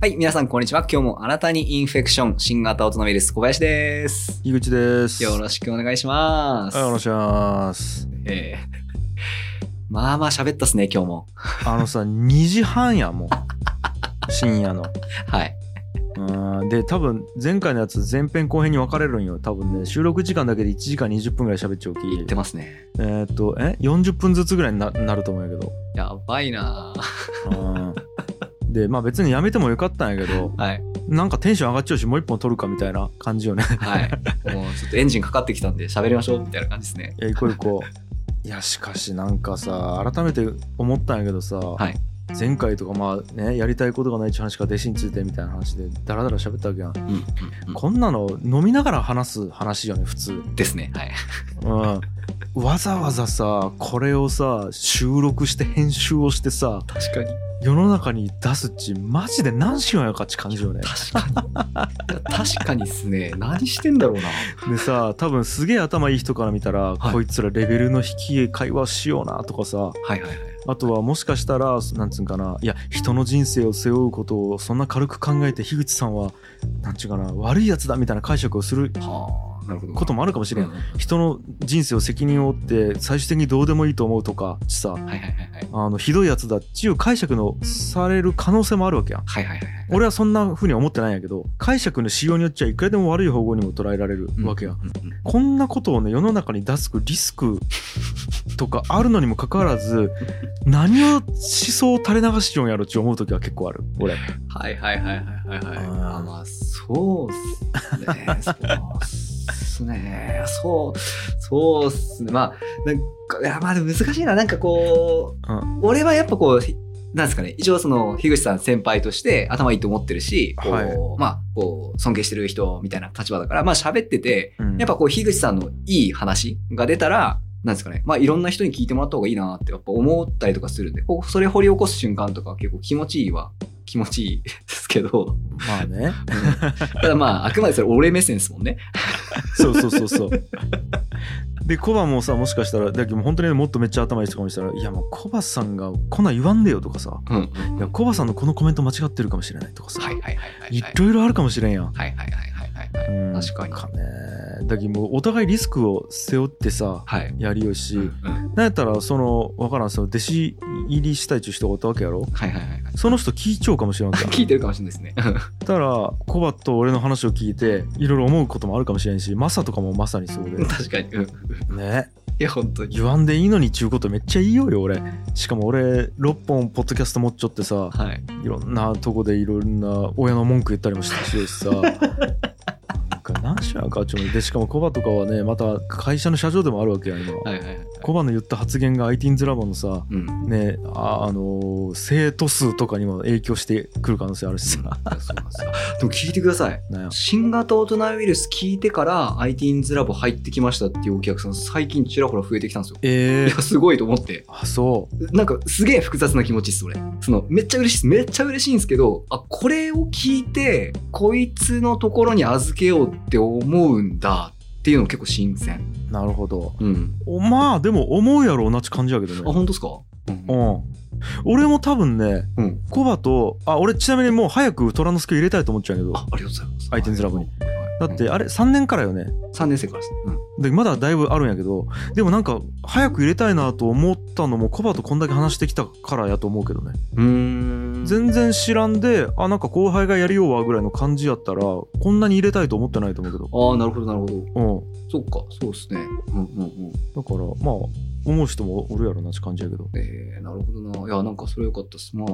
はい、皆さんこんにちは。今日も新たにインフェクション、新型オトナウイルス、小林です。井口です。よろしくお願いします。はいお願いします。えーまあまあ喋ったっすね、今日も。あのさ、2時半やもん。 深夜の。はい。うんで、多分前回のやつ前編後編に分かれるんよ。多分ね、収録時間だけで1時間20分ぐらい喋っちゃおき。言ってますね。えーっと、え ?40 分ずつぐらいにななると思うんやけど。やばいなぁうんで、まあ別にやめてもよかったんやけど、はい。なんかテンション上がっちゃうし、もう一本撮るかみたいな感じよね。 はい。もうちょっとエンジンかかってきたんで喋りましょう、みたいな感じですね。いや行こう行こういやしかしなんかさ改めて思ったんやけどさ、い前回とかまあねやりたいことがないって話から弟子についてみたいな話でダラダラ喋ったわけやん、うん。うんうんこんなの飲みながら話す話よね普通ですね。はい。うんわざわざさこれをさ収録して編集をしてさ確かに。世の中に出すっちマジで何しようやかっち感じよね確かに。いや確かにっすね。何してんだろうな。でさ多分すげえ頭いい人から見たら、はいこいつらレベルの低い会話しようなとかさはいはいはい。あとはもしかしたら、なんつうんかな、いや、人の人生を背負うことをそんな軽く考えて、樋口さんは、なんちゅうかな、悪いやつだみたいな解釈をするはあ、なるほど。こともあるかもしれん。うんうん人の人生を責任を負って、最終的にどうでもいいと思うとか、さ、はいはいはいはい。あの、ひどいやつだっていう解釈のされる可能性もあるわけやん。はいはいはいはい。俺はそんな風には思ってないんやけど、解釈の仕様によっちゃいくらでも悪い方向にも捉えられるわけやん。うんうんうんこんなことをね世の中に出すリスクとかあるのにもかかわらず何を思想を垂れ流しようんやろって思う時は結構ある俺はいはいはいはいはいはい。あーあまあ、そうっすね。そうっすね。そう、そうっすね。まあ、なんか、いやまあでも難しいな。なんかこう、う俺はやっぱこう、ひなんですかね、一応その、樋口さん先輩として頭いいと思ってるし、こう、はいまあ、こう、尊敬してる人みたいな立場だから、まあ喋ってて、うんやっぱこう、樋口さんのいい話が出たら、なんですかね、まあいろんな人に聞いてもらった方がいいなってやっぱ思ったりとかするんで、こうそれ掘り起こす瞬間とか結構気持ちいいわ。気持ちい いですけど、まあねただまあ、あくまでそれ俺目線ですもんね。そうそうそうそうでコバもさもしかしたらだけどもう本当にもっとめっちゃ頭いい人かもしれないいやもうコバさんがこんなん言わんでよとかさうんうん。いやコバさんのこのコメント間違ってるかもしれないとかさ、はいはいはいはいい、はい。ろいろあるかもしれんやはんいはいはいはいはいはい。うん確かにねだけどもうお互いリスクを背負ってさはい。やりよし、うんうんなんやったらその分からんその弟子入りしたいっちゅう人がおったわけやろはいはいはいはい。その人聞いちゃうかもしれんわけや聞いてるかもしれないですね。たらコバと俺の話を聞いていろいろ思うこともあるかもしれんしマサとかもまさにそうで確かに。うんねいや、本当に。言わんでいいのにっちゅうことめっちゃいいよよ俺しかも俺6本ポッドキャスト持っちゃってさはい。いろんなとこでいろんな親の文句言ったりもしたしさなんか何しようかっちゅうのでしかもコバとかはねまた会社の社長でもあるわけや今、はいはいはい。コバの言った発言が IT インズラボのさ、うん。ねあ、あのー生徒数とかにも影響してくる可能性あるしさそうなんですよでも聞いてください。 なんや新型オトナウイルス聞いてから IT インズラボ入ってきましたっていうお客さん最近ちらほら増えてきたんですよ。えいーや、すごいと思って。あそうなんかすげえ複雑な気持ちです、俺。その、めっちゃ嬉しいです。めっちゃ嬉しいんですけど、あ、これを聞いて、こいつのところに預けようって思うんだっていうの結構新鮮。なるほどうん。おまあでも思うやろうなっち感じやけあ、どね本当ですかうんう。ん俺も多分ね、うんコバとあ俺ちなみにもう早く虎之助入れたいと思っちゃうけどあ、ありがとうございます。アイテムズラボにはい。だってあれ3年からよね3年生からです。うん。でまだだいぶあるんやけどでもなんか早く入れたいなと思ったのもコバとこんだけ話してきたからやと思うけどねうーん全然知らんであなんか後輩がやりようわぐらいの感じやったらこんなに入れたいと思ってないと思うけどああ、なるほど、なるほど。うんそっか、そうですね。うんうんうん。だからまあ思う人もおるやろなって感じやけどえー、なるほどな。いや、なんかそれ良かったです。まあ、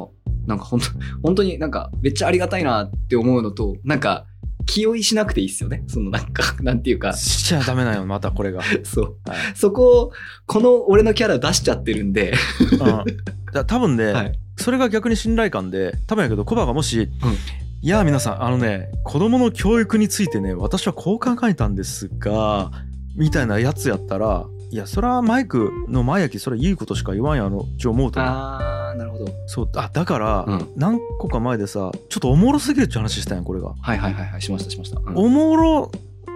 なんか本当、 本当になんかめっちゃありがたいなって思うのと、なんか気負いしなくていいっすよね。そのなんか、 なんていうか、しちゃダメなよ またこれが、そう。はいそこを、この俺のキャラ出しちゃってるんで、うん、だ多分ね、はいそれが逆に信頼感で多分やけどコバがもし、うんいや皆さんあのね子供の教育についてね私はこう考えたんですがみたいなやつやったらいやそれはマイクの前やきそれいいことしか言わんやろって思うと思うあー、なるほど。そうあだから、うん何個か前でさちょっとおもろすぎるって話したんやこれがはいはいはいはい、しましたしました。うんおもろ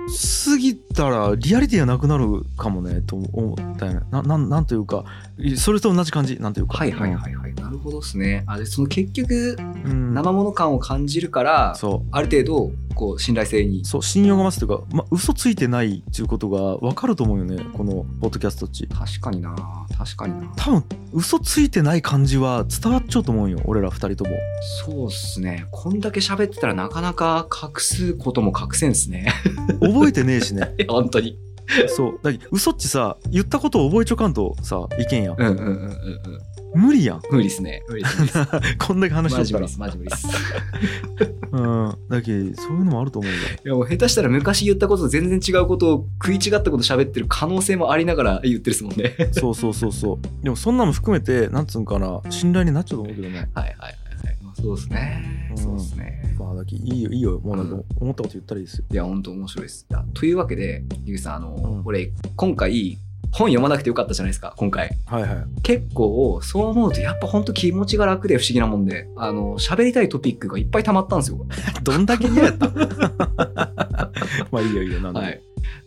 すぎたらリアリティがなくなるかもねと思ったよねななんなんというかいそれと同じ感じなんというかはいはいはいはいはい。はい。なるほどですね。あ、で、その結局、うん生もの感を感じるから、そある程度、こう、信頼性にう。そう信用が増すというか、ま、嘘ついてないっていうことが分かると思うよねこのポッドキャストっち確かにな確かにな多分嘘ついてない感じは伝わっちゃうと思うよ俺ら二人ともそうっすね。こんだけ喋ってたらなかなか隠すことも隠せんっすね。覚えてねえしね 本当に。そうだけど嘘っちさ言ったことを覚えちょかんとさいけんやんうんうんうんうんうん。無理やん無理っすね。無理っす。こんだけ話しマとっジた無理らっす。マジ無理っす。うんだけどそういうのもあると思うよいやもう下手したら昔言ったことと全然違うことを食い違ったこと喋ってる可能性もありながら言ってるっすもんね。そうそうそう そうでもそんなの含めてなんつうんかな信頼になっちゃうと思うけどね はいはいはいはい。まあそうっすねう。んそうっすね。まあだけいいよいいよもうなんかうん思ったこと言ったらいいですよいや、本当面白いです。いやというわけで、ゆうさん、あの、うん俺、今回、本読まなくてよかったじゃないですか、今回。はいはい結構、そう思うと、やっぱ本当気持ちが楽で不思議なもんで、あの、喋りたいトピックがいっぱい溜まったんですよ。 どんだけ嫌やった まあいいよいいよなんでも、はい。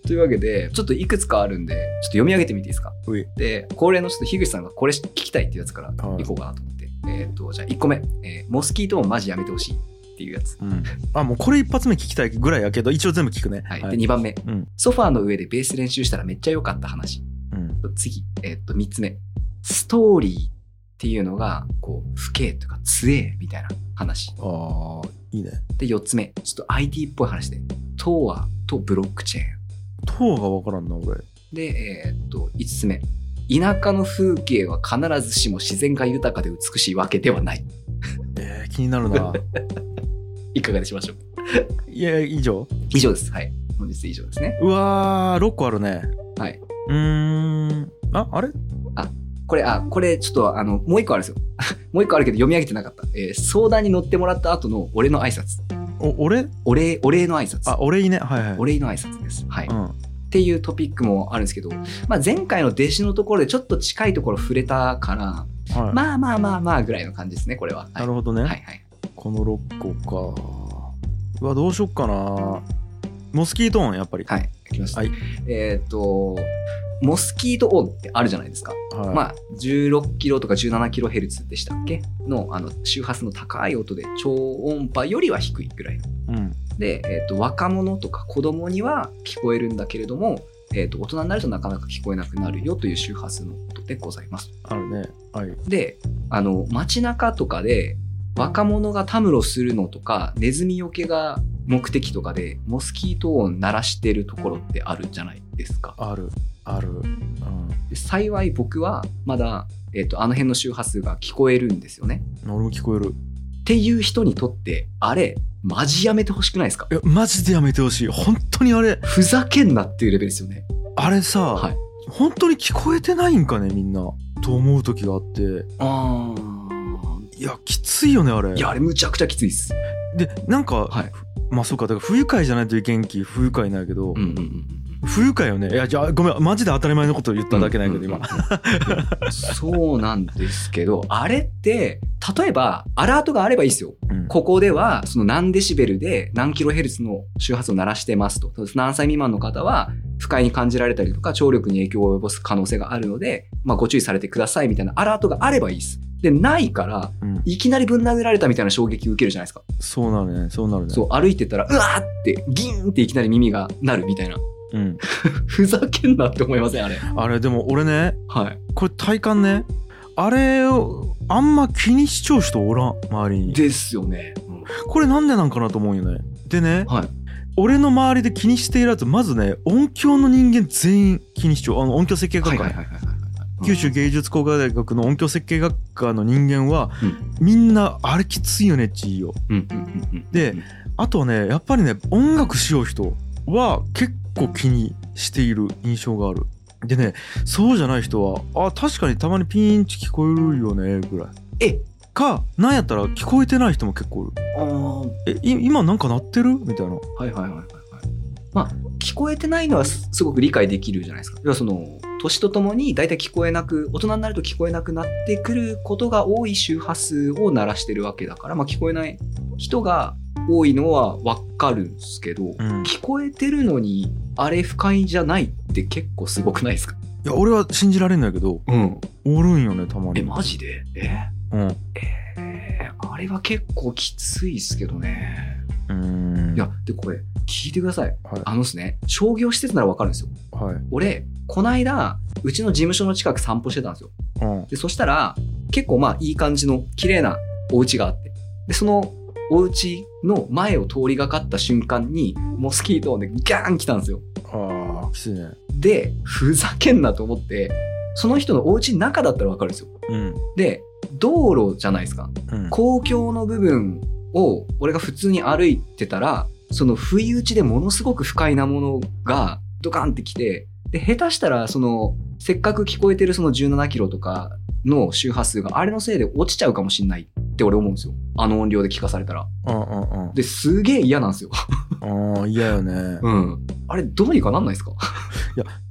というわけで、ちょっといくつかあるんで、ちょっと読み上げてみていいですか。ういで、恒例のちょっと樋口さんがこれ聞きたいっていうやつからはいいこうかなと思って。えーっと、じゃあ1個目、えーモスキート音マジやめてほしいっていうやつ。うん、あもうこれ一発目聞きたいぐらいやけど一応全部聞くねはい。はで、い2番目、うんソファーの上でベース練習したらめっちゃ良かった話。うん次、えっと、3つ目。ストーリーっていうのが、こう、不敬とか、強えみたいな話。ああいいねで、4つ目。ちょっと IT っぽい話で。トアとブロックチェーン。塔が分からんな俺で、えっと、5つ目。田舎の風景は必ずしも自然が豊かで美しいわけではない。えー、気になる ないかがでしましょういや以上以上です。はい。本日以上ですね。うわー6個あるねはい。うーんああれこれ、あ、これ、ちょっと、あの、もう一個あるんですよ。 もう一個あるけど読み上げてなかった。えー相談に乗ってもらった後の俺の挨拶。お俺お礼、お礼の挨拶。あ俺いいねはいはいお礼の挨拶です。はい。うんっていうトピックもあるんですけど、まあ、前回の弟子のところでちょっと近いところ触れたから、はい、まあまあまあまあぐらいの感じですねこれは。はいなるほどね、はいはい、この6個かうわどうしよっかなモスキートーンやっぱりはい、いきますはいえっ、とモスキート音ってあるじゃないですか、はいまあ16キロとか17キロヘルツでしたっけのあの周波数の高い音で超音波よりは低いぐらいのうんで、えっと若者とか子供には聞こえるんだけれども、えっと大人になるとなかなか聞こえなくなるよという周波数の音でございます。あるねはいであの街中とかで若者がたむろするのとかネズミよけが目的とかでモスキート音鳴らしてるところってあるじゃないですかあるあるうんで幸い僕はまだ、えっとあの辺の周波数が聞こえるんですよね俺も聞こえるっていう人にとってあれマジやめてほしくないですかいやマジでやめてほしい本当にあれふざけんなっていうレベルですよねあれさ、はい本当に聞こえてないんかねみんなと思う時があってあいやきついよねあれいやあれむちゃくちゃきついっすでなんか、はいまあそうかだから不愉快じゃないといけんき不愉快なんやけど、うんうんうんうん不愉快よねいやじゃあごめんマジで当たり前のこと言っただけないけど、うんうんうん今そうなんですけど、あれって、例えば、アラートがあればいいですよ。うんここでは、その何デシベルで何キロヘルツの周波数を鳴らしてますと。何歳未満の方は、不快に感じられたりとか、聴力に影響を及ぼす可能性があるので、まあ、ご注意されてくださいみたいなアラートがあればいいです。で、ないから、うんいきなりぶん殴られたみたいな衝撃を受けるじゃないですか。そうなるねそうなるねそう、歩いてたら、うわーって、ギーンっていきなり耳が鳴るみたいな。うん、ふざけんなって思いません、あれ。あれでも俺ねはい。これ体感ねあれをあんま気にしちゃう人おらん周りにですよね。うんこれなんでなんかなと思うよねでねはい。俺の周りで気にしているやつまずね音響の人間全員気にしちゃうあの音響設計学科、いはいはい九州芸術工科大学の音響設計学科の人間は、うんみんなあれきついよねっちいいようんうんうんうんでうんあとはねやっぱりね音楽しよう人は結構気にしている印象があるでねそうじゃない人はあ確かにたまにピーンチ聞こえるよねぐらいえかなんやったら聞こえてない人も結構いあーるえい今なんか鳴ってるみたいなはいはいはいはいはいまあ聞こえてないのはすすごく理解できるじゃないですか要はその年とともに大体聞こえなく大人になると聞こえなくなってくることが多い周波数を鳴らしてるわけだから、まあ、聞こえない人が多いのは分かるんですけど、うん聞こえてるのにあれ不快じゃないって結構すごくないですかいや俺は信じられんだけどうんおるんよねたまえにマジでえううんうえーあれは結構きついっすけどね。ーんいや、で、これ、聞いてください。はいあのですね、商業施設ならわかるんですよ。はい俺、こないだ、うちの事務所の近く散歩してたんですよ。うんで、そしたら、結構まあ、いい感じの、綺麗なお家があって。で、その、お家の前を通りがかった瞬間に、モスキート音でガーン来たんですよ。ああきついねで、ふざけんなと思って、その人のお家の中だったらわかるんですよ。うんで、道路じゃないですか。うん公共の部分を俺が普通に歩いてたらその不意打ちでものすごく不快なものがドカンってきてで下手したらそのせっかく聞こえてるその17キロとかの周波数があれのせいで落ちちゃうかもしんないって俺思うんですよあの音量で聞かされたらうんうんですげえ嫌なんですようんああ嫌よねうん あれどうにかなんないですか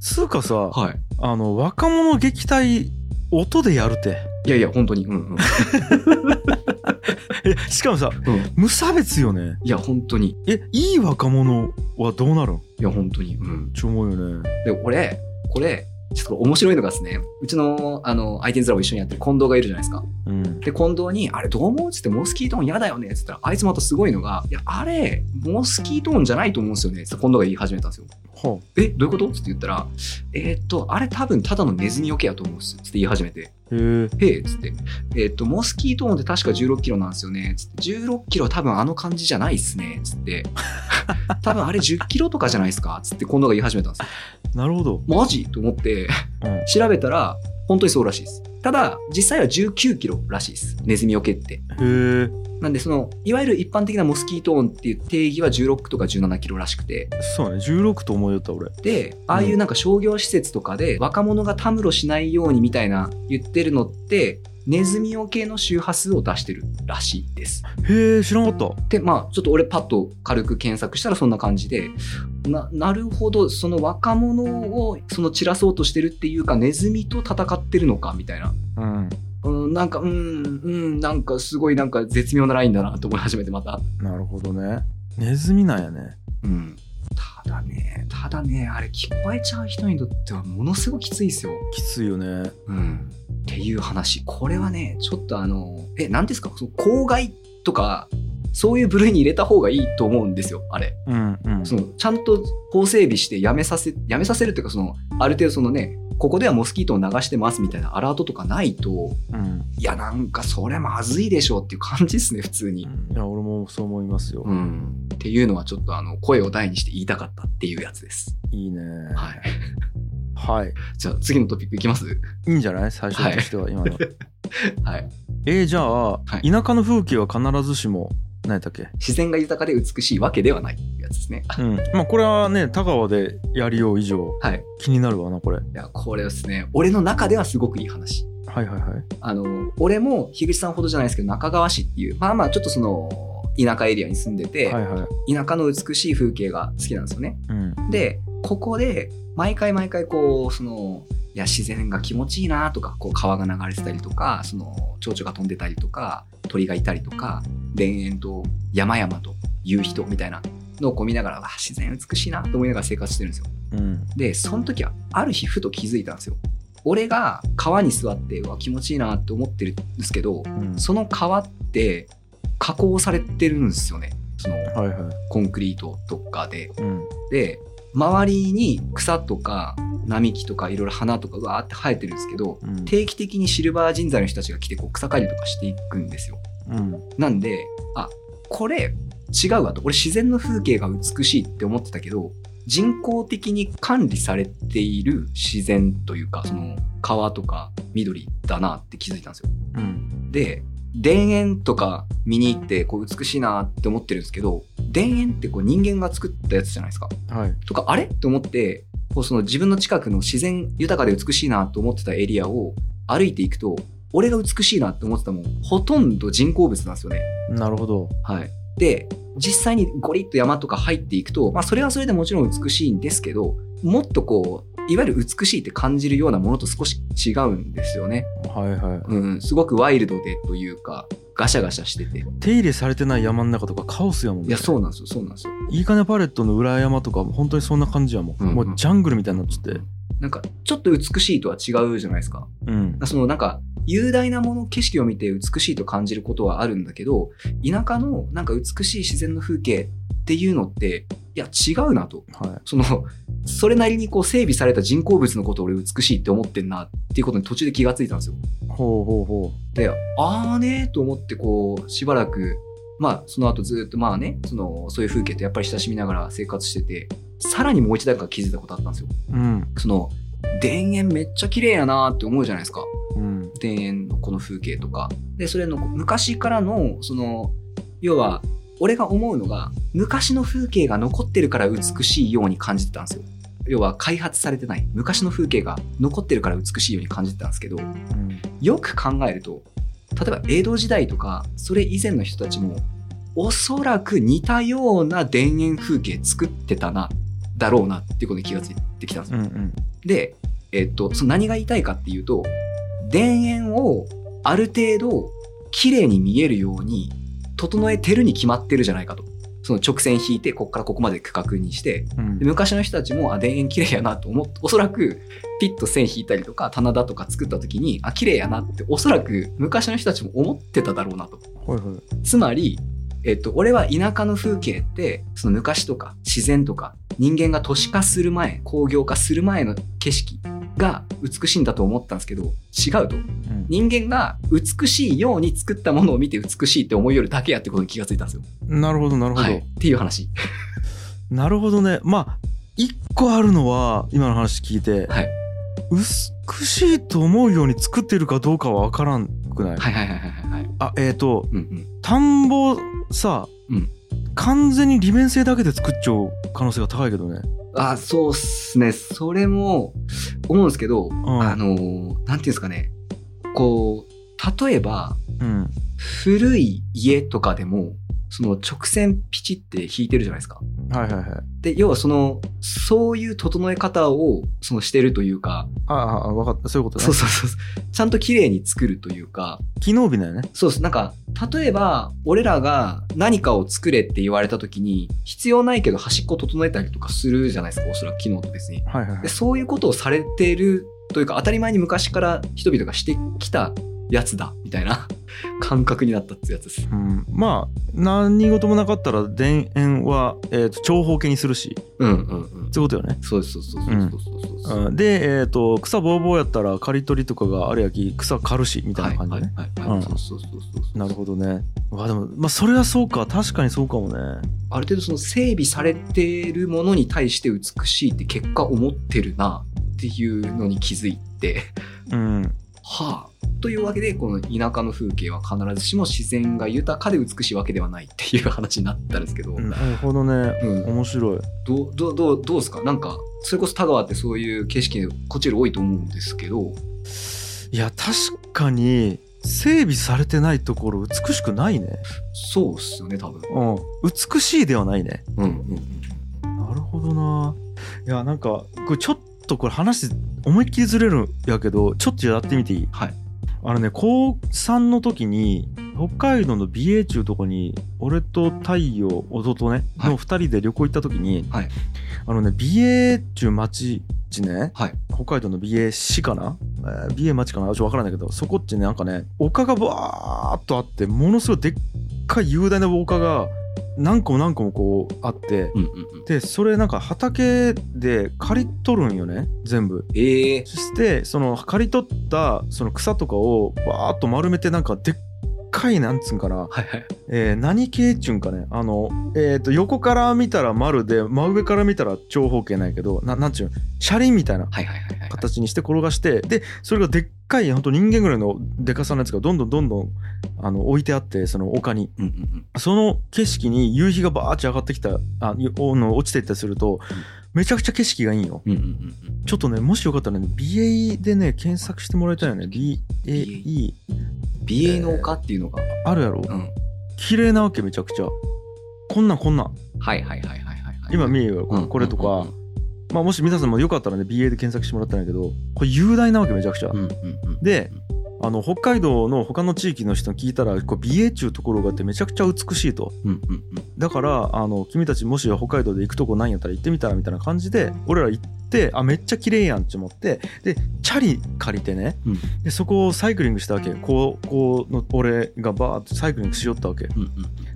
つうかさはいあの若者撃退音でやるていやいや本当にうんうんえしかもさ、うん無差別よねいや本当にえいい若者はどうなるんいや本当にうんち思うよねで俺これちょっと面白いのがですねうちのあの IT ズラを一緒にやってる近藤がいるじゃないですかうんで、近藤に、あれどう思うっつって、モスキート音嫌だよねっつったら、あいつまたすごいのが、いや、あれ、モスキート音じゃないと思うんですよねっつって近藤が言い始めたんですよ。はえ、どういうことっつって言ったら、えーっと、あれ多分ただのネズミよけやと思うっすっつって言い始めて、あへえへえっつって、えーっと、モスキート音って確か16キロなんですよねっつって、16キロ多分あの感じじゃないっすねっつって、多分あれ10キロとかじゃないですかっつって近藤が言い始めたんですよ。なるほどマジと思って、うん調べたら、本当にそうらしいです。ただ、実際は19キロらしいです。ネズミよけって。へなんでそのいわゆる一般的なモスキート音っていう定義は16とか17キロらしくてえそうね16と思いよった俺でああいうなんか商業施設とかで若者がたむろしないようにみたいな言ってるのってネズミ用系の周波数を出してるらしいです。へえ知らなかっでまあちょっと俺パッと軽く検索したらそんな感じでななるほどその若者をその散らそうとしてるっていうかネズミと戦ってるのかみたいな。たうんうん、なんか、うん、うん、なんかすごいなんか絶妙なラインだなと思い始めてまた。なるほどねネズミなんやねうん、ただねただねあれ聞こえちゃう人にとってはものすごくきついですよ、きついよねうん、っていう話これはねちょっとあのえ何ですかその公害とかそういう部類に入れた方がいいと思うんですよあれうんうんそのちゃんと法整備してやめさせやめさせるっていうかそのある程度そのねここではモスキートを流してますみたいなアラートとかないとうんいやなんかそれまずいでしょうっていう感じですね普通に、いや俺もそう思いますよ、うん、っていうのはちょっとあの声を大にして言いたかったっていうやつですいいねはいはい、じゃあ次のトピックいきます い、いんじゃない最初としては、今のはい。えー、じゃあ、い田舎の風景は必ずしも何やったっけ自然が豊かで美しいわけではないっていうやつですね。うんまあこれはね田川でやりよう以上はい。気になるわなこれいや、これですね、俺の中ではすごくいい話。はいはいはいあの、俺も樋口さんほどじゃないですけど、中川市っていう、まあまあちょっとその、田舎エリアに住んでて、はいはい田舎の美しい風景が好きなんですよね。うんで、ここで、毎回毎回こう、その、いや、自然が気持ちいいなとか、こう、川が流れてたりとか、その、蝶々が飛んでたりとか、鳥がいたりとか、田園と山々と夕日とみたいなのをこう見ながら、わあ自然美しいなと思いながら生活してるんですよ。うんで、その時は、ある日ふと気づいたんですよ。俺が川に座って、うわ、気持ちいいなって思ってるんですけど、うんその川って、加工されてるんですよね。その、はいはいコンクリートとかで。うんで周りに草とか並木とかいろいろ花とかわーって生えてるんですけどうん定期的にシルバー人材の人たちが来てこう草刈りとかしていくんですようんなんであこれ違うわと俺自然の風景が美しいって思ってたけど人工的に管理されている自然というかその川とか緑だなって気づいたんですようんで田園とか見に行ってこう美しいなって思ってるんですけど田園ってこう人間が作ったやつじゃないですかはいとかあれと思ってこうその自分の近くの自然豊かで美しいなと思ってたエリアを歩いていくと俺が美しいなって思ってたもんほとんど人工物なんですよね。なるほどはい、で実際にゴリッと山とか入っていくと、まあ、それはそれでもちろん美しいんですけどもっとこういわゆる美しいって感じるようなものと少し違うんですよね。はいはいうん、すごくワイルドでというかガシャガシャしてて。手入れされてない山の中とかカオスやもんねいやそうなんですよそうなんですよ。いいかねパレットの裏山とかも本当にそんな感じやもん、うんうんもうジャングルみたいになっちゃってなんかちょっと美しいとは違うじゃないですか。うんそのなんか雄大なもの景色を見て美しいと感じることはあるんだけど田舎のなんか美しい自然の風景っていうのっていや違うなとはいそのそれなりにこう整備された人工物のことを俺美しいって思ってんなっていうことに途中で気がついたんですよ。ほうほうほでああねと思ってこうしばらくまあその後ずっとまあねそのそういう風景とやっぱり親しみながら生活しててさらにもう一段階気づいたことあったんですよ。ううんその田園めっちゃ綺麗やなって思うじゃないですかうん田園のこの風景とかでそれの昔からのその要は俺が思うのが昔の風景が残ってるから美しいように感じてたんですよ要は開発されてない昔の風景が残ってるから美しいように感じてたんですけどうんよく考えると例えば江戸時代とかそれ以前の人たちもおそらく似たような田園風景作ってたなだろうなっていうことに気がついてきたんですようんうんで、えっと、その何が言いたいかっていうと、田園をある程度綺麗に見えるように整えてるに決まってるじゃないかと。その直線引いて、こっからここまで区画にして、うんで昔の人たちも、あ、田園綺麗やなと思って、おそらくピッと線引いたりとか、棚田とか作った時に、あ、綺麗やなって、おそらく昔の人たちも思ってただろうなと。ほいほいつまり、えっと、俺は田舎の風景ってその昔とか自然とか人間が都市化する前工業化する前の景色が美しいんだと思ったんですけど違うとうん人間が美しいように作ったものを見て美しいって思いよるだけやってことに気がついたんですよ。なるほどなるほど、はい、っていう話。なるほどねまあ一個あるのは今の話聞いて、はい美しいと思うように作ってるかどうかは分からんくない、はいはいはいはいはいはい。あえっ、とうんうん、田んぼさ、うん完全に利便性だけで作っちゃう可能性が高いけどね、あそうっすねそれも思うんですけど、うん、あのーなんていうんですかねこう例えばうん古い家とかでもその直線ピチって引いてるじゃないですか。はいはいはいで要はそのそういう整え方をそのしてるというかあああ分かったそういうことねそうそうそうそうちゃんと綺麗に作るというか機能美だよねそうですなんか例えば俺らが何かを作れって言われた時に必要ないけど端っこ整えたりとかするじゃないですかおそらく機能と別に。はいはいはいでそういうことをされてるというか当たり前に昔から人々がしてきたやつだみたいな感覚になったってやつです。うん、まあ何事もなかったら田園は、えー、と長方形にするしうんうんうんってことよね、そうそうそうそうそうそうそうそう。うん、で、えー、と草ぼうぼうやったら刈り取りとかがあるやき草刈るしみたいな感じね、はいはいはいはい、うんそうそうそうそう。なるほどねうわでもまあそれはそうか確かにそうかもねある程度その整備されてるものに対して美しいって結果思ってるなっていうのに気づいて、うんはあ。というわけでこの田舎の風景は必ずしも自然が豊かで美しいわけではないっていう話になったんですけど、うんなるほどね面白いどうどうどうどうですかなんかそれこそ田川ってそういう景色こっちより多いと思うんですけどいや確かに整備されてないところ美しくないねそうっすよね多分。うん美しいではないねうんうんうんなるほどな。いやなんかこれちょっとこれ話思いっきりずれるんやけどちょっとやってみていいはいあのね高3の時に北海道の美瑛中とこに俺と太陽弟ねはいの2人で旅行行った時に、はいあのね美瑛中町地ね、はい北海道の美瑛市かな、えー美瑛町かなちょっと分からないけどそこっちねなんかね丘がバーっとあってものすごいでっかい雄大な丘が何個も何個もこうあって、うんうんうん。でそれなんか畑で刈り取るんよね全部ええそしてその刈り取ったその草とかをバーッと丸めてなんかでっかいなんつうんかはいな、はい。えー何系っちゅうんかねあの、えー、と横から見たら丸で真上から見たら長方形なんやけどななんちゅうん車輪みたいなはいはいはいはい。形にして転がしてでそれがでっかいほんと人間ぐらいのでかさのやつがどんどんどんどんあの置いてあってその丘にうんうんうん。その景色に夕日がバーッて上がってきたあゆおの落ちていったりするとめちゃくちゃ景色がいいんようんうんうんうん。ちょっとねもしよかったらね BAE でね検索してもらいたいよね BAE 美瑛の丘っていうのが、あるやろうん綺麗なわけめちゃくちゃこんなんこんなんはいはいはいはいはいはい今見えようんこれとうんかまあもし皆さんもよかったらね BA で検索してもらったんやけどこれ雄大なわけめちゃくちゃうんうんうんうんうんであの北海道の他の地域の人に聞いたらこう美瑛っちゅうところがあってめちゃくちゃ美しいとうんうんうんだからあの君たちもし北海道で行くとこないんやったら行ってみたらみたいな感じで俺ら行ってあめっちゃ綺麗やんって思ってでチャリ借りてね、うんでそこをサイクリングしたわけ高校の俺がバーってサイクリングしよったわけうん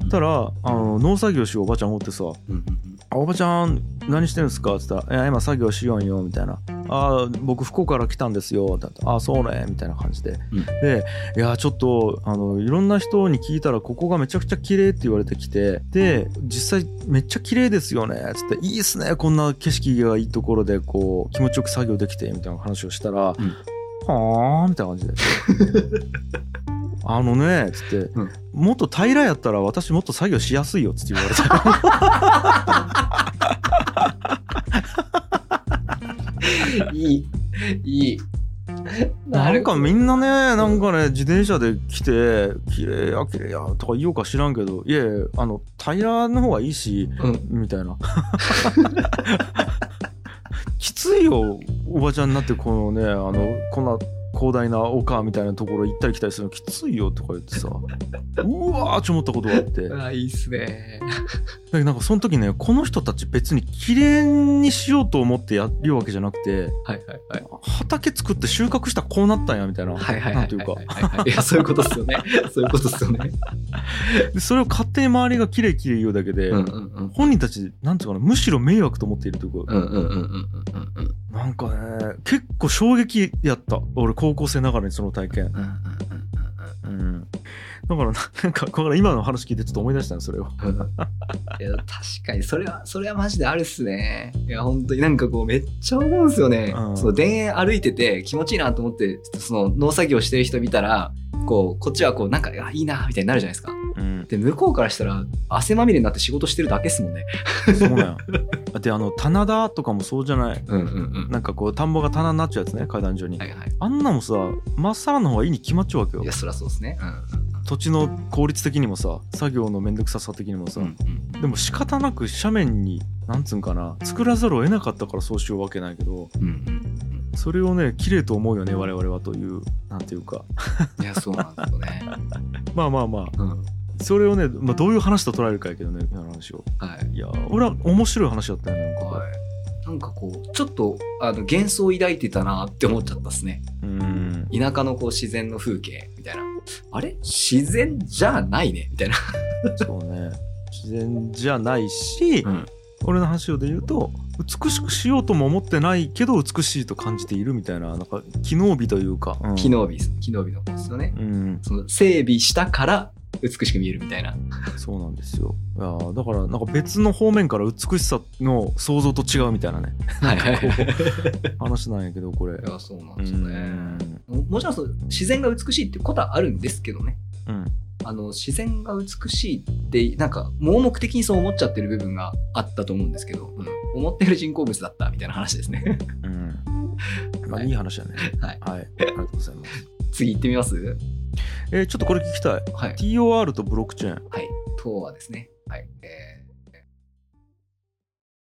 うんたらあの農作業しようおばちゃんおってさうんうんうんあおばちゃん何してるんですか?」って言ったらいや「今作業しようんよ」みたいな「あー僕福岡から来たんですよ」って言ったらあーそうね」みたいな感じで、うんで「いやちょっとあのいろんな人に聞いたらここがめちゃくちゃ綺麗って言われてきてで実際めっちゃ綺麗ですよね」っつって「いいっすねこんな景色がいいところでこう気持ちよく作業できて」みたいな話をしたら「うんはあ」みたいな感 じで。あのねつって、んもっと平らやったら私もっと作業しやすいよ」つって言われたいいいいなんかみなるんなねなんかね自転車で来て「綺麗や綺麗や」とか言おうか知らんけど「いやいやあのタイヤの方がいいしほどうん」みたいな きついよおばちゃんになってこのねあのこんな広大な丘みたいなところ行ったり来たりするのきついよとか言ってさうわーって思ったことがあってだあいいっすねけどなんかその時ねこの人たち別に綺麗にしようと思ってやるわけじゃなくてはいはいはい畑作って収穫したらこうなったんやみたいなはいはいはいはいなんていうかはいはいはいいやそういうことっすよねそういうことっすよねでそれを勝手に周りがキレイキレイ言うだけで、うんうんうん本人たちなんていうかなむしろ迷惑と思っているというか、うんうんうんうんうんうんなんかね結構衝撃やった俺高校生ながらにその体験、うんうん、だからなんかだから今の話聞いてちょっと思い出したのそれをうんうんうん いや確かにそれはそれはマジであるっすねいや本当になんかこうめっちゃ思うんすよね、うんその田園歩いてて気持ちいいなと思ってその農作業してる人見たらこうこっちはこうなんかあいいなみたいになるじゃないですかうんで向こうからしたら汗まみれになって仕事してるだけっすもんねそうなんやであの棚田とかもそうじゃないうんうんうんなんかこう田んぼが棚になっちゃうやつね階段上に、はいはいあんなもさまっさらの方がいいに決まっちゃうわけよいやそりゃそうっすねうん土地の効率的にもさ作業のめんどくささ的にもさ、うんうんでも仕方なく斜面になんつうんかな作らざるを得なかったからそうしようわけないけどうんうんそれをね綺麗と思うよね我々はというなんていうかうんいやそうなんですよねまあまあまうんあそれをね、まあ、どういう話と捉えるかやけどね今の話をはいいやー俺は面白い話だったよねなんかはい、なんかこうちょっとあの幻想を抱いてたなって思っちゃったですねうん田舎のこう自然の風景みたいなあれ自然じゃないねみたいな、そうね自然じゃないし、ん、俺の話をで言うと美しくしようとも思ってないけど美しいと感じているみたいななんか機能美というか、うん機能美機能美の方ですよねうんその整備したから美しく見えるみたいなそうなんですよいやーだからなんか別の方面から美しさの想像と違うみたいなねはいはいはい話なんやけどこれいや そうなんうですよねんももちろんその自然が美しいってことはあるんですけどねうんあの自然が美しいってなんか盲目的にそう思っちゃってる部分があったと思うんですけど、うん思ってる人工物だったみたいな話ですね うんまあはいいい話だねはいはいありがとうございます次行ってみますえーちょっとこれ聞きたいはい TOR とブロックチェーンはい、とはですね、はいえ